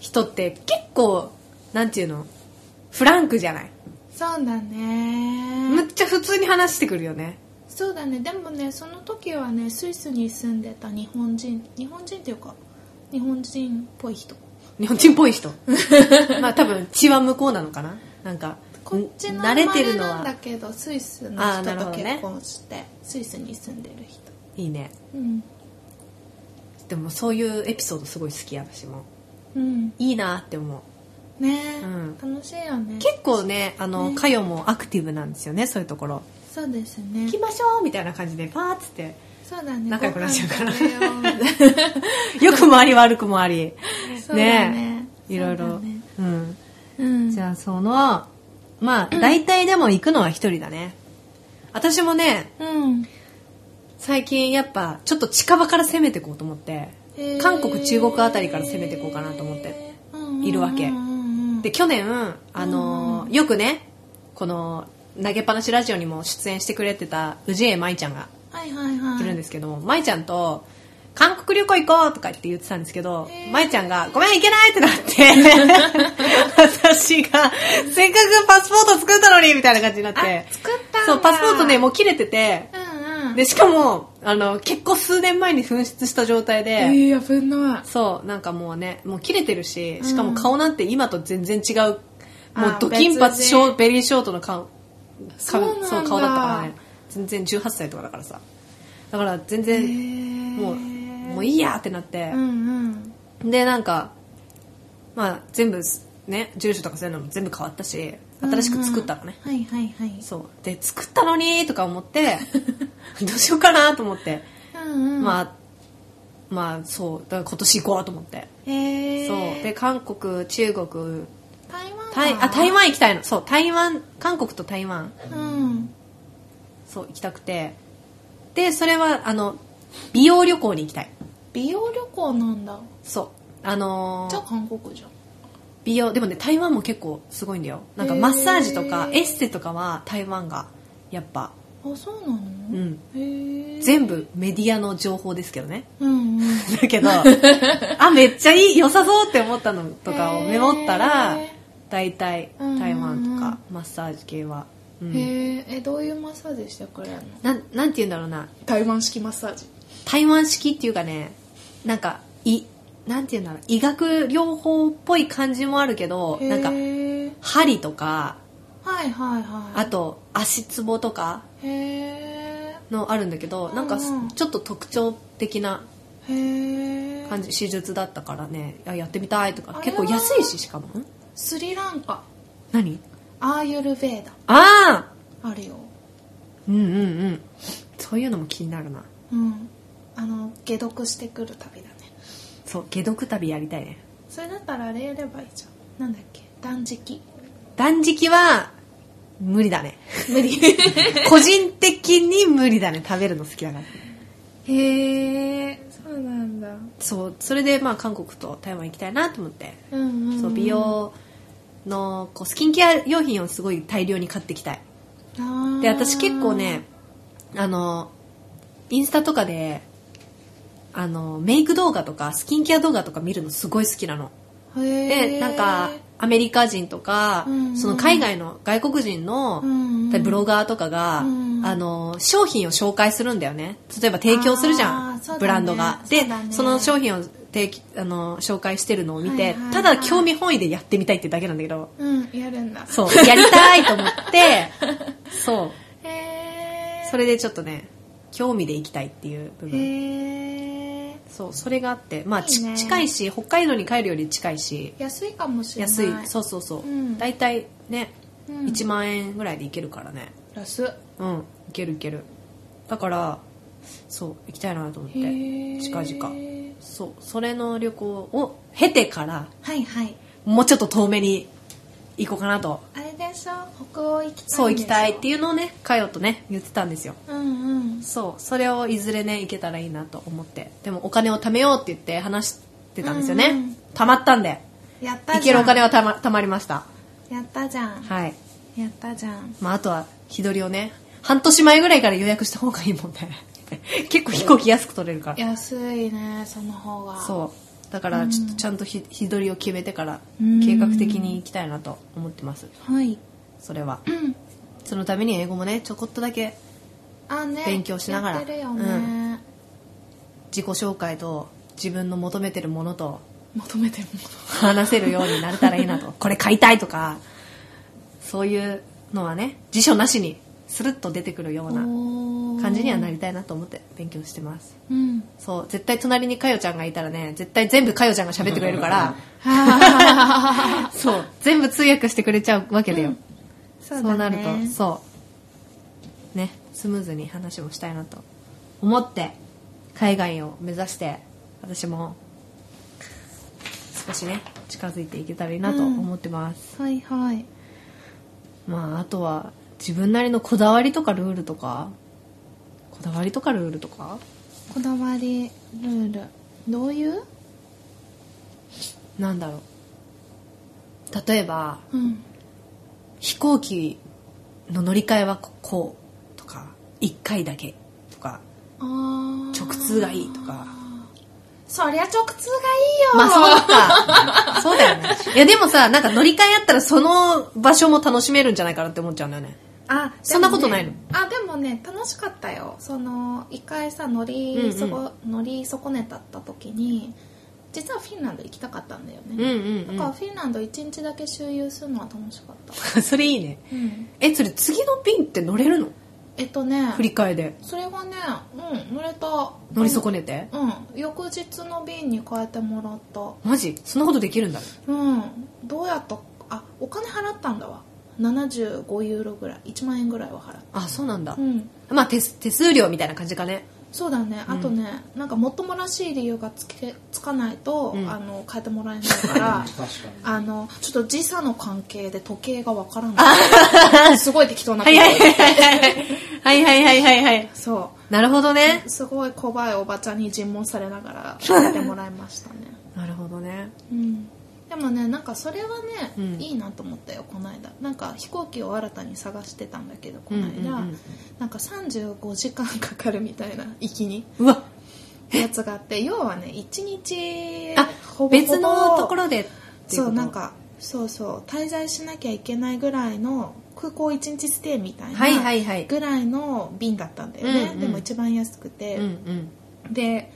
Speaker 1: 人って結構なんていうのフランクじゃない
Speaker 2: そうだね
Speaker 1: むっちゃ普通に話してくるよね
Speaker 2: そうだねでもねその時はねスイスに住んでた日本人日本人っていうか日本人っぽい人
Speaker 1: 日本人っぽい人まあ多分血は向こうなのかななんか
Speaker 2: こっちの
Speaker 1: 慣
Speaker 2: 生
Speaker 1: れ
Speaker 2: ま
Speaker 1: て
Speaker 2: れ
Speaker 1: るの
Speaker 2: なんだ
Speaker 1: は
Speaker 2: けどスイスの
Speaker 1: あーな
Speaker 2: 人
Speaker 1: るほ
Speaker 2: と
Speaker 1: どね
Speaker 2: 結婚して、スイスに住んでる人
Speaker 1: いいね
Speaker 2: うん
Speaker 1: でもそういうエピソードすごい好き私も
Speaker 2: うん
Speaker 1: いいなって思う
Speaker 2: ね、
Speaker 1: うん
Speaker 2: 楽しいよね
Speaker 1: 結構ねあの
Speaker 2: ね
Speaker 1: かよもアクティブなんですよねそういうところ
Speaker 2: そうですね
Speaker 1: 行きましょうみたいな感じでパーッつって
Speaker 2: そうだね
Speaker 1: 仲良くなっちゃうから
Speaker 2: ご飯
Speaker 1: [laughs]
Speaker 2: 食べよう
Speaker 1: よくもあり悪くもあり
Speaker 2: そうだね
Speaker 1: いろい
Speaker 2: そうだ
Speaker 1: ろ
Speaker 2: ね
Speaker 1: うん
Speaker 2: うん
Speaker 1: じゃあそのまあ大体でも行くのは一人だね私もね
Speaker 2: うん
Speaker 1: 最近やっぱちょっと近場から攻めていこうと思って
Speaker 2: へー
Speaker 1: 韓国中国あたりから攻めていこうかなと思って
Speaker 2: うんうんうんうん
Speaker 1: いるわけで去年あのーよくねこの投げっぱなしラジオにも出演してくれてた氏家舞ちゃんが
Speaker 2: はいはいはい
Speaker 1: いるんですけども、舞ちゃんと韓国旅行行こうとか言って言ってたんですけど、舞ちゃんが、ごめん行けないってなって、 [laughs] 私が、せっかくパスポート作ったのにみたいな感じになって
Speaker 2: あ、作ったんだ
Speaker 1: そう、パスポートね、もう切れてて、
Speaker 2: うんうん
Speaker 1: で、しかも、あの、結構数年前に紛失した状態
Speaker 2: え
Speaker 1: で、
Speaker 2: ー、やぶんない
Speaker 1: そう、なんかもうね、もう切れてるし、しかも顔なんて今と全然違う、
Speaker 2: あ
Speaker 1: もうドキンパツ
Speaker 2: 別
Speaker 1: ショー、ベリーショートの顔、
Speaker 2: そうなんだ
Speaker 1: そう顔だったからね。全然18歳とかだからさ。だから全
Speaker 2: へ
Speaker 1: 然、
Speaker 2: ー
Speaker 1: もう、もういいやってなって
Speaker 2: う、んうん
Speaker 1: で、なんか、まあ、全部す、ね、住所とかそういうのも全部変わったし、新しく作ったのね。
Speaker 2: うんうんはいはいはい
Speaker 1: そう。で、作ったのにとか思
Speaker 2: [laughs]
Speaker 1: って、どうしようかなと思って、
Speaker 2: うんうん
Speaker 1: まあ、まあ、そう、だから今年行こうと思って。
Speaker 2: へえ
Speaker 1: そう。で、韓国、中国、
Speaker 2: 台湾
Speaker 1: 台、あ、台湾行きたいの。そう、台湾、韓国と台湾、
Speaker 2: うん
Speaker 1: そう、行きたくて。で、それは、あの、美容旅行に行きたい。
Speaker 2: 美容旅行なんだ
Speaker 1: そう。あのー
Speaker 2: じゃあ韓国じゃん
Speaker 1: 美容でもね台湾も結構すごいんだよなんかマッサージとか
Speaker 2: へー
Speaker 1: エステとかは台湾がやっぱ、
Speaker 2: あそうなの
Speaker 1: うん、
Speaker 2: へえ
Speaker 1: 全部メディアの情報ですけどね [laughs]
Speaker 2: うんうん
Speaker 1: だ
Speaker 2: [laughs]
Speaker 1: けどあめっちゃいい良さそうって思ったのとかをメモったら
Speaker 2: へ
Speaker 1: 大体台湾とかマッサージ系は、うん
Speaker 2: ーへーえどういうマッサージしてくれるの
Speaker 1: なんなんて言うんだろうな
Speaker 2: 台湾式マッサージ
Speaker 1: 台湾式っていうかねなんかいなんて言うんだろう医学療法っぽい感じもあるけどなんか
Speaker 2: へー
Speaker 1: 針とか
Speaker 2: はいはいはい
Speaker 1: あと足つぼとか
Speaker 2: へえ
Speaker 1: のあるんだけどなんかす
Speaker 2: うんうん
Speaker 1: ちょっと特徴的な
Speaker 2: へえ
Speaker 1: 感じ手術だったからねあやってみたいと
Speaker 2: あれ
Speaker 1: か
Speaker 2: は
Speaker 1: 結構安いししかもん
Speaker 2: スリランカ
Speaker 1: 何
Speaker 2: アーユルヴェーダ
Speaker 1: ああ
Speaker 2: あるよ
Speaker 1: うんうんうんそういうのも気になるな
Speaker 2: うんあの解毒してくる旅だね
Speaker 1: そう解毒旅やりたいね
Speaker 2: それだったらあれやればいいじゃんなんだっけ断食
Speaker 1: 断食は無理だね
Speaker 2: 無理
Speaker 1: [laughs] 個人的に無理だね食べるの好きだから
Speaker 2: へえそうなんだ
Speaker 1: そうそれでまあ韓国と台湾行きたいなと思って、
Speaker 2: うんうん
Speaker 1: そう美容のこうスキンケア用品をすごい大量に買ってきたいで私結構ねあのインスタとかであのメイク動画とかスキンケア動画とか見るのすごい好きなので
Speaker 2: で
Speaker 1: なんかアメリカ人とか、
Speaker 2: うんうん
Speaker 1: その海外の外国人の、ブロ
Speaker 2: グ
Speaker 1: ガーとかが、
Speaker 2: うん
Speaker 1: あの商品を紹介するんだよね例えば提供するじゃ
Speaker 2: あ
Speaker 1: ん、
Speaker 2: ーそうだね
Speaker 1: ブランドが
Speaker 2: そう
Speaker 1: で
Speaker 2: だね
Speaker 1: その商品を提起あの紹介してるのを見て、
Speaker 2: はいはいはい
Speaker 1: ただ興味本位でやってみたいってだけなんだけど
Speaker 2: うんやるんだ
Speaker 1: そう
Speaker 2: [laughs]
Speaker 1: やりたいと思ってそう
Speaker 2: へえ
Speaker 1: それでちょっとね興味で行きたいっていう部分
Speaker 2: へえ
Speaker 1: そうそれがあってまあち
Speaker 2: いいね
Speaker 1: 近いし北海道に帰るより近いし
Speaker 2: 安いかもしれない
Speaker 1: 安い
Speaker 2: うん
Speaker 1: そうそうそう、
Speaker 2: うん
Speaker 1: 大体ね、
Speaker 2: う
Speaker 1: 1万円ぐらいで行けるからね、
Speaker 2: 安っ
Speaker 1: うんいけるいけるだからそう行きたいなと思っ
Speaker 2: へ
Speaker 1: て
Speaker 2: ー
Speaker 1: 近々そうそれの旅行を経てから
Speaker 2: はいはい
Speaker 1: もうちょっと遠目に行こうかなと
Speaker 2: あれでしょ北欧行きたいんでしょ
Speaker 1: そう行きたいっていうのをねかよとね言ってたんですよ
Speaker 2: うんうん
Speaker 1: そうそれをいずれね行けたらいいなと思ってでもお金を貯めようって言って話してたんですよね、
Speaker 2: うんうん
Speaker 1: 貯まったんで
Speaker 2: やったじゃん
Speaker 1: 行けるお金はたま貯まりました
Speaker 2: やったじゃん
Speaker 1: はい、
Speaker 2: やったじゃん
Speaker 1: まあ、あとは日取りをね半年前ぐらいから予約した方がいいもんね [laughs] 結構飛行機安く取れるから
Speaker 2: 安いねその方が
Speaker 1: そうだからちょっとちゃんと日日取りを決めてから
Speaker 2: うん
Speaker 1: 計画的に行きたいなと思ってます
Speaker 2: はい
Speaker 1: それは
Speaker 2: うん
Speaker 1: そのために英語もねちょこっとだけ
Speaker 2: あね
Speaker 1: 勉強しながら
Speaker 2: やってるよね、
Speaker 1: う自己紹介と自分の求めてるものと
Speaker 2: 求めてるも
Speaker 1: 話せるようになれたらいい
Speaker 2: [laughs]
Speaker 1: なとこれ買いたいとかそういうのはね辞書なしにスルッと出てくるような
Speaker 2: の
Speaker 1: 感じにはな
Speaker 2: り
Speaker 1: りたいなと思って勉強してます [laughs]
Speaker 2: うん
Speaker 1: そう絶対隣にかよちゃんがいたらね絶対全部かよちゃんが喋ってくれるから
Speaker 2: [laughs]
Speaker 1: そう全部通訳してくれちゃうわけだよ、
Speaker 2: そ
Speaker 1: そうなるとそうねスムーズに話もしたいなと思って海外を目指して私も少しね近づいていけたらいいなと思ってます、
Speaker 2: はいはい
Speaker 1: まああとは自分なりのこだわりとかルールとかこだわりとかルールとか
Speaker 2: こだわりルールどういう
Speaker 1: なんだろう例えば
Speaker 2: うん
Speaker 1: 飛行機の乗り換えはこうとか1回だけとか
Speaker 2: あー
Speaker 1: 直通がいいとか
Speaker 2: そりゃ直通
Speaker 1: まあ
Speaker 2: がいいよ、
Speaker 1: そうか。そうだよね。いやでもさ、なんか乗り換えあったらその場所も楽しめるんじゃないかなって思っちゃうんだよね。
Speaker 2: あ
Speaker 1: そんなことないの
Speaker 2: でもねあでもね楽しかったよその一回さ
Speaker 1: う
Speaker 2: 乗
Speaker 1: んう
Speaker 2: り
Speaker 1: ん
Speaker 2: そこ、乗り損ねたった時に実はフィンランド行きたかったんだよ
Speaker 1: うん
Speaker 2: ね、
Speaker 1: う
Speaker 2: だからフィンランド1日だけ周遊するのは楽しかった、
Speaker 1: ん。 [laughs] それいいね。
Speaker 2: うん、
Speaker 1: え、それ次の便って乗れるの
Speaker 2: えっとね
Speaker 1: 振り替えで。
Speaker 2: それがねうん乗れた
Speaker 1: 乗り損ねて。
Speaker 2: うん翌日の便に変えてもらった
Speaker 1: マジそんなことできるんだ。
Speaker 2: うんどうやったあお金払ったんだわ75ユーロぐらい1万円ぐらいは払っ
Speaker 1: あ、そうなんだ
Speaker 2: たう。ん
Speaker 1: まあ手す手数料みたいな感じかね。
Speaker 2: そうだねあとね、なんかもっともらしい理由がつけつかないと、
Speaker 1: うん
Speaker 2: あの変えてもらえないから
Speaker 3: 確
Speaker 1: [laughs]
Speaker 3: か
Speaker 2: あのちょっと時差の関係で時計がわからな
Speaker 1: [laughs]
Speaker 2: いすごい適当なこ
Speaker 1: はい
Speaker 2: と
Speaker 1: はいはいはい。はいはいはいはいはい。
Speaker 2: そ
Speaker 1: なるほどね。
Speaker 2: うすごい小ばいおばちゃんに尋問されな
Speaker 1: [laughs]
Speaker 2: がら変えてもらいましたね
Speaker 1: なるほどね。
Speaker 2: うんでもねなんかそれはね、
Speaker 1: うん
Speaker 2: いいなと思ったよこの間なんか飛行機を新たに探してたんだけどこの間、
Speaker 1: うんうんうん
Speaker 2: なんか35時間かかるみたいな行きに
Speaker 1: うわ、
Speaker 2: やつがあって要はね1日
Speaker 1: あ
Speaker 2: ほぼほぼ
Speaker 1: 別のところでっていこと
Speaker 2: そうなん。かそうそう滞在しなきゃいけないぐらいの空港1日ステイみたい
Speaker 1: はいはい
Speaker 2: な
Speaker 1: はい
Speaker 2: ぐらいの便だったんだよね、
Speaker 1: うんうん
Speaker 2: でも一番安くて、
Speaker 1: うんうん。
Speaker 2: で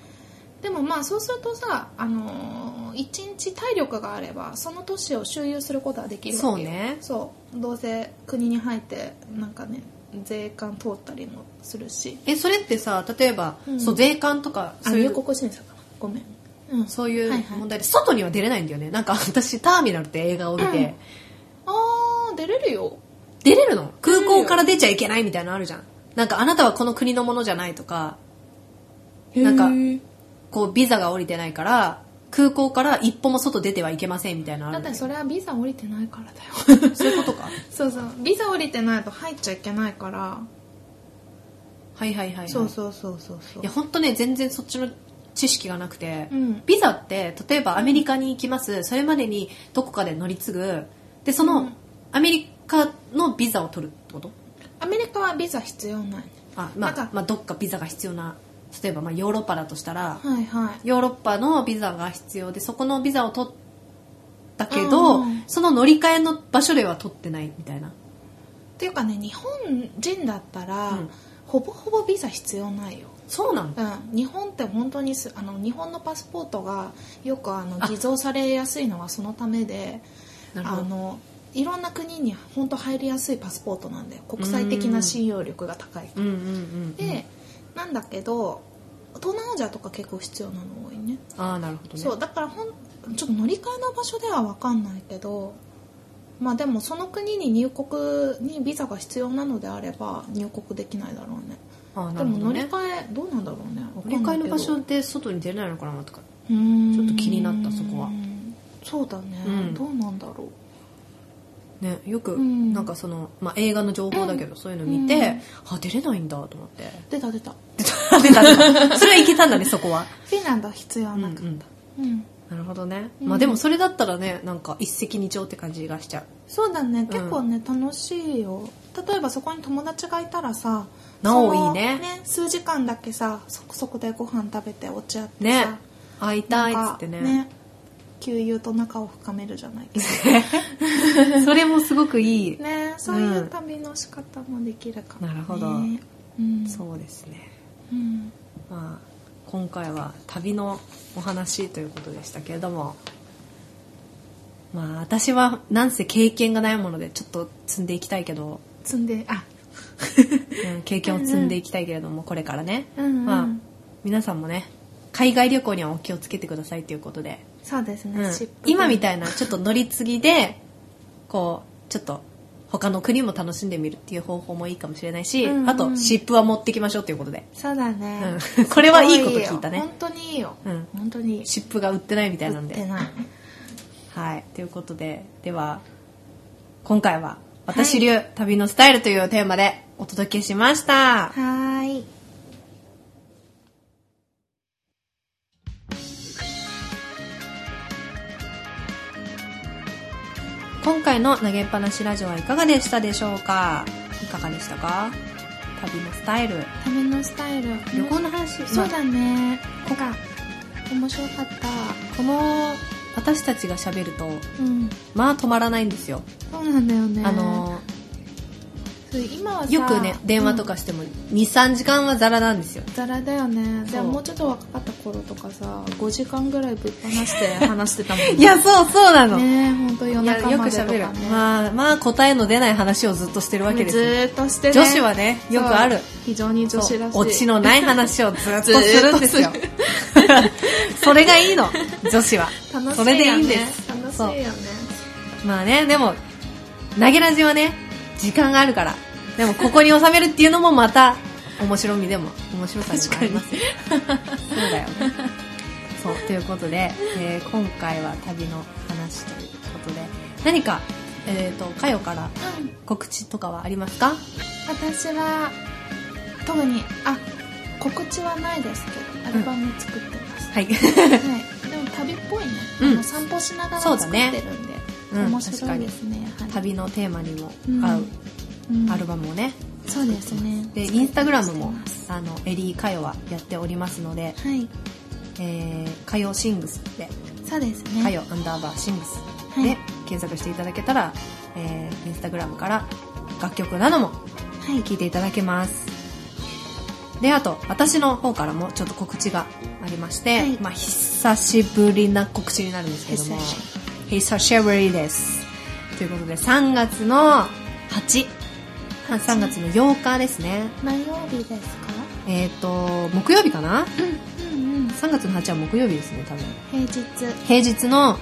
Speaker 2: でもまあそうするとさ、あのー、1日体力があればその都市を周遊することはできるわ
Speaker 1: そう
Speaker 2: けよ
Speaker 1: ね
Speaker 2: そうどうせ国に入ってなんかね税関通ったりもするし
Speaker 1: え、それってさ、例えば、
Speaker 2: うん
Speaker 1: そう、税関とか、
Speaker 2: あ
Speaker 1: そうい
Speaker 2: 入
Speaker 1: う
Speaker 2: 国審査かなごめん、うん、
Speaker 1: そういう
Speaker 2: はい
Speaker 1: 問
Speaker 2: はい
Speaker 1: 題で、外には出れないんだよねなんか私ターミナルって映画を見て、
Speaker 2: うんあー出れるよ
Speaker 1: 出れるの空港から出ちゃいけないみたいなのあるじゃんなんかあなたはこの国のものじゃないとか
Speaker 2: へー
Speaker 1: なんかこうビザが降りてないから空港から一歩も外出てはいけませんみたいなのあ
Speaker 2: だ
Speaker 1: る
Speaker 2: っ
Speaker 1: んだ
Speaker 2: て
Speaker 1: けど
Speaker 2: それはビザ降りてないからだ
Speaker 1: [laughs]
Speaker 2: よ
Speaker 1: そういうことか
Speaker 2: そうそうビザ降りてないと入っちゃいけないから、
Speaker 1: はいはいはい、はい、
Speaker 2: そうそうそうそうそう
Speaker 1: いや本当ね全然そっちの知識がなくて、
Speaker 2: うん
Speaker 1: ビザって例えばアメリカに行きますそれまでにどこかで乗り継ぐでその、
Speaker 2: うん
Speaker 1: アメリカのビザを取るってこと
Speaker 2: アメリカはビザ必要ない
Speaker 1: あ、ま
Speaker 2: なん
Speaker 1: あ
Speaker 2: か、
Speaker 1: まあどっかビザが必要な例えばまあヨーロッパだとしたら、
Speaker 2: はいはい
Speaker 1: ヨーロッパのビザが必要でそこのビザを取ったけど、
Speaker 2: うん
Speaker 1: その乗り換えの場所では取ってないみたいな
Speaker 2: っていうかね日本人だったら、
Speaker 1: うん
Speaker 2: ほぼほぼビザ必要ないよ
Speaker 1: そうなの
Speaker 2: うん、日本って本当にすあの日本のパスポートがよくあの
Speaker 1: あ
Speaker 2: 偽造されやすいのはそのためで
Speaker 1: なる
Speaker 2: あ
Speaker 1: ほど
Speaker 2: のいろんな国に本当入りやすいパスポートなんだよ国際的な信用力が高い
Speaker 1: うんうんうんうん
Speaker 2: でなんだけど東南アジアとか結構必要なの多いね
Speaker 1: ああなるほどね
Speaker 2: そうだからほんちょっと乗り換えの場所では分かんないけどまあでもその国に入国にビザが必要なのであれば入国できないだろうね
Speaker 1: あーな
Speaker 2: で
Speaker 1: る
Speaker 2: も
Speaker 1: ほど
Speaker 2: 乗り
Speaker 1: ね
Speaker 2: 換えどうなんだろうねわか
Speaker 1: 乗り換え
Speaker 2: んないけ
Speaker 1: の
Speaker 2: ど
Speaker 1: 場所で外に出れないのかなとか
Speaker 2: うーん
Speaker 1: ちょっと気になったそこは
Speaker 2: そうだね、
Speaker 1: うん
Speaker 2: どうなんだろう
Speaker 1: ね、よく
Speaker 2: うん
Speaker 1: なんかその、まあ、映画の情報だけどそういうの見て、
Speaker 2: うん
Speaker 1: あ出れないんだと思って [laughs]
Speaker 2: 出た出た
Speaker 1: 出た出たそれはいけたんだねそこは、
Speaker 2: フィンランドは必要なかった、
Speaker 1: う
Speaker 2: うん
Speaker 1: うん
Speaker 2: ん
Speaker 1: なるほどね、
Speaker 2: うん
Speaker 1: まあでもそれだったらねなんか一石二鳥って感じがしちゃう
Speaker 2: そうだね結構ね、楽しいよ例えばそこに友達がいたらさ
Speaker 1: なお
Speaker 2: その
Speaker 1: いいね
Speaker 2: 数時間だけさそこそこでご飯食べてお茶やってさ
Speaker 1: ね会いたいっ
Speaker 2: なん
Speaker 1: つ
Speaker 2: か
Speaker 1: ってね
Speaker 2: 旧友と仲を深めるじゃないけ
Speaker 1: [laughs] それもすごくいい、
Speaker 2: どねそういう旅の仕方もできるかも、ね
Speaker 1: なるほど
Speaker 2: うん、
Speaker 1: そうですね
Speaker 2: うん
Speaker 1: まあ今回は旅のお話ということでしたけれどもまあ私はなんせ経験がないものでちょっと積んでいきたいけど、
Speaker 2: 積んであ
Speaker 1: うん経験を積んでいきたいけれども、これからね、
Speaker 2: うんうん、
Speaker 1: まあ、皆さんもね海外旅行にはお気をつけてくださいということで、
Speaker 2: そうですね、
Speaker 1: うん
Speaker 2: 湿布
Speaker 1: 今みたいなちょっと乗り継ぎでこうちょっと他の国も楽しんでみるっていう方法もいいかもしれないし、
Speaker 2: うんうん
Speaker 1: あと湿布は持ってきましょうということで、
Speaker 2: そうだね、
Speaker 1: うん [laughs] これはいいこと聞いた
Speaker 2: よ
Speaker 1: ね
Speaker 2: 本当にいいよ、
Speaker 1: うん
Speaker 2: 本当にいい
Speaker 1: 湿布が売ってないみたいなん
Speaker 2: 売って
Speaker 1: で
Speaker 2: ない
Speaker 1: はいということででは今回は「私流旅のスタイル」というテーマでお届けしました、
Speaker 2: はーい
Speaker 1: 今回の投げっぱなしラジオはいかがでしたでしょうかいかがでしたか旅のスタイル
Speaker 2: 旅のスタイル
Speaker 1: 旅行の話、
Speaker 2: そう
Speaker 1: ま
Speaker 2: だねなんか面白かった
Speaker 1: あこの私たちが喋ると
Speaker 2: うん
Speaker 1: まあ止まらないんですよ、
Speaker 2: そうなんだよね
Speaker 1: あの
Speaker 2: そう今はさ
Speaker 1: よくね電話とかしても23時間はザラなんですよ
Speaker 2: うんざらだよね
Speaker 1: そう
Speaker 2: でももうちょっと若かった頃とかさ5時間ぐらいぶっ放
Speaker 1: [laughs]
Speaker 2: して話してたもん
Speaker 1: いやそうそうなの、
Speaker 2: ね本当夜
Speaker 1: いや
Speaker 2: 中
Speaker 1: よく
Speaker 2: までとか、ね、
Speaker 1: 喋る、まあまあ答えの出ない話をずっとしてるわけです
Speaker 2: ず
Speaker 1: よ
Speaker 2: ーっとしてね
Speaker 1: 女子はねよくある
Speaker 2: そう非常に女子らしい
Speaker 1: そうオチのない話をずっとするんですよ [laughs] それがいいの女子は
Speaker 2: 楽しいよね
Speaker 1: それでいいんです
Speaker 2: 楽しい
Speaker 1: そ
Speaker 2: よ
Speaker 1: う
Speaker 2: ね
Speaker 1: まあね、でも、投げラジはね、時間があるから。でも、ここに収めるっていうのもまた、面白みでも、面白さでもありますよ。そうだよね。そう、ということで、えー今回は旅の話ということで、何か、えっ、と、かよから
Speaker 2: うん
Speaker 1: 告知とかはありますか
Speaker 2: 私は特にあ告知はないですけどアルバム作ってます、
Speaker 1: はい。
Speaker 2: はい、でも旅っぽいね、
Speaker 1: うん
Speaker 2: あの散歩しながら
Speaker 1: そ
Speaker 2: 作
Speaker 1: う
Speaker 2: っ
Speaker 1: だ
Speaker 2: て
Speaker 1: ね
Speaker 2: るんで、
Speaker 1: うん
Speaker 2: 面白いですね、はい、
Speaker 1: [laughs] 旅のテーマにも
Speaker 2: うん
Speaker 1: 合う
Speaker 2: うん
Speaker 1: アルバムをね。
Speaker 2: そうですね
Speaker 1: で、インスタグラムも
Speaker 2: 作ってます、
Speaker 1: あの、エリーかよはやっておりますので、
Speaker 2: はい
Speaker 1: えー、かよシングスで、
Speaker 2: そうですね
Speaker 1: かよアンダーバーシングス
Speaker 2: はい
Speaker 1: で検索していただけたら、えー、インスタグラムから楽曲なども
Speaker 2: はい
Speaker 1: 聴いていただけますであと私の方からもちょっと告知がありまして、
Speaker 2: はい
Speaker 1: まあ、久しぶりな告知になるんですけども
Speaker 2: 久し
Speaker 1: 久しぶりですということで3月の83月の8日ですね
Speaker 2: 何曜日ですか
Speaker 1: えっ、と木曜日かな
Speaker 2: うんうん
Speaker 1: 3月の8日は木曜日ですね多分
Speaker 2: 平日は
Speaker 1: 平日の、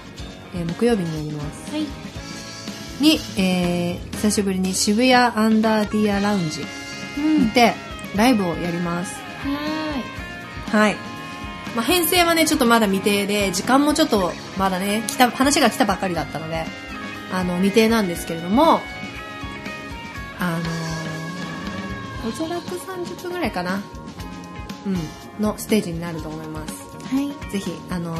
Speaker 1: えー木曜日になります
Speaker 2: い
Speaker 1: に、えー久しぶりに渋谷アンダーディアラウンジ
Speaker 2: うん
Speaker 1: で、ライブをやります
Speaker 2: は
Speaker 1: はい、まあ、編成はねちょっとまだ未定で時間もちょっとまだね来た話が来たばかりだったのであの未定なんですけれどもあのおそらく30分ぐらいかな、うん、のステージになると思います
Speaker 2: ーいは
Speaker 1: ぜひあの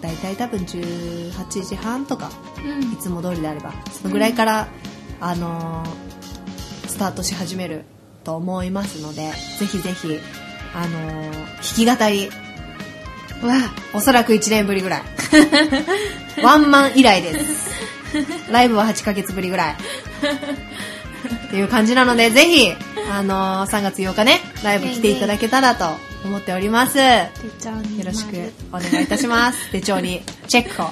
Speaker 1: 大体多分18時半とか
Speaker 2: い、う
Speaker 1: いつも通りであればそのぐらいから、あのースタートし始めると思いますのでぜひぜひ、あのー弾き語りはおそらく1年ぶりぐらい [laughs] ワンマン以来ですライブは8ヶ月ぶりぐらいっていう感じなのでぜひ、あのー3月8日ねライブ来ていただけたらと思っております
Speaker 2: 手帳に
Speaker 1: よろしくお願いいたします。手帳にチェックを。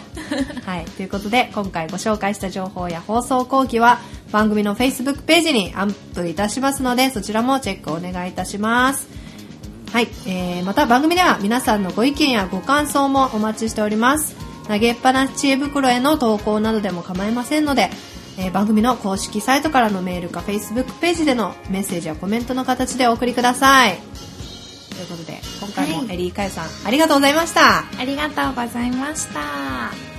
Speaker 1: はい。ということで、今回ご紹介した情報や放送後期は番組の Facebook ページにアップいたしますので、そちらもチェックお願いいたします。はい。えー、また番組では皆さんのご意見やご感想もお待ちしております。投げっぱなし知恵袋への投稿などでも構いませんので、えー番組の公式サイトからのメールか Facebook ページでのメッセージやコメントの形でお送りください。ということで、今回もエリーカイさん、ありがとうございました。
Speaker 2: ありがとうございました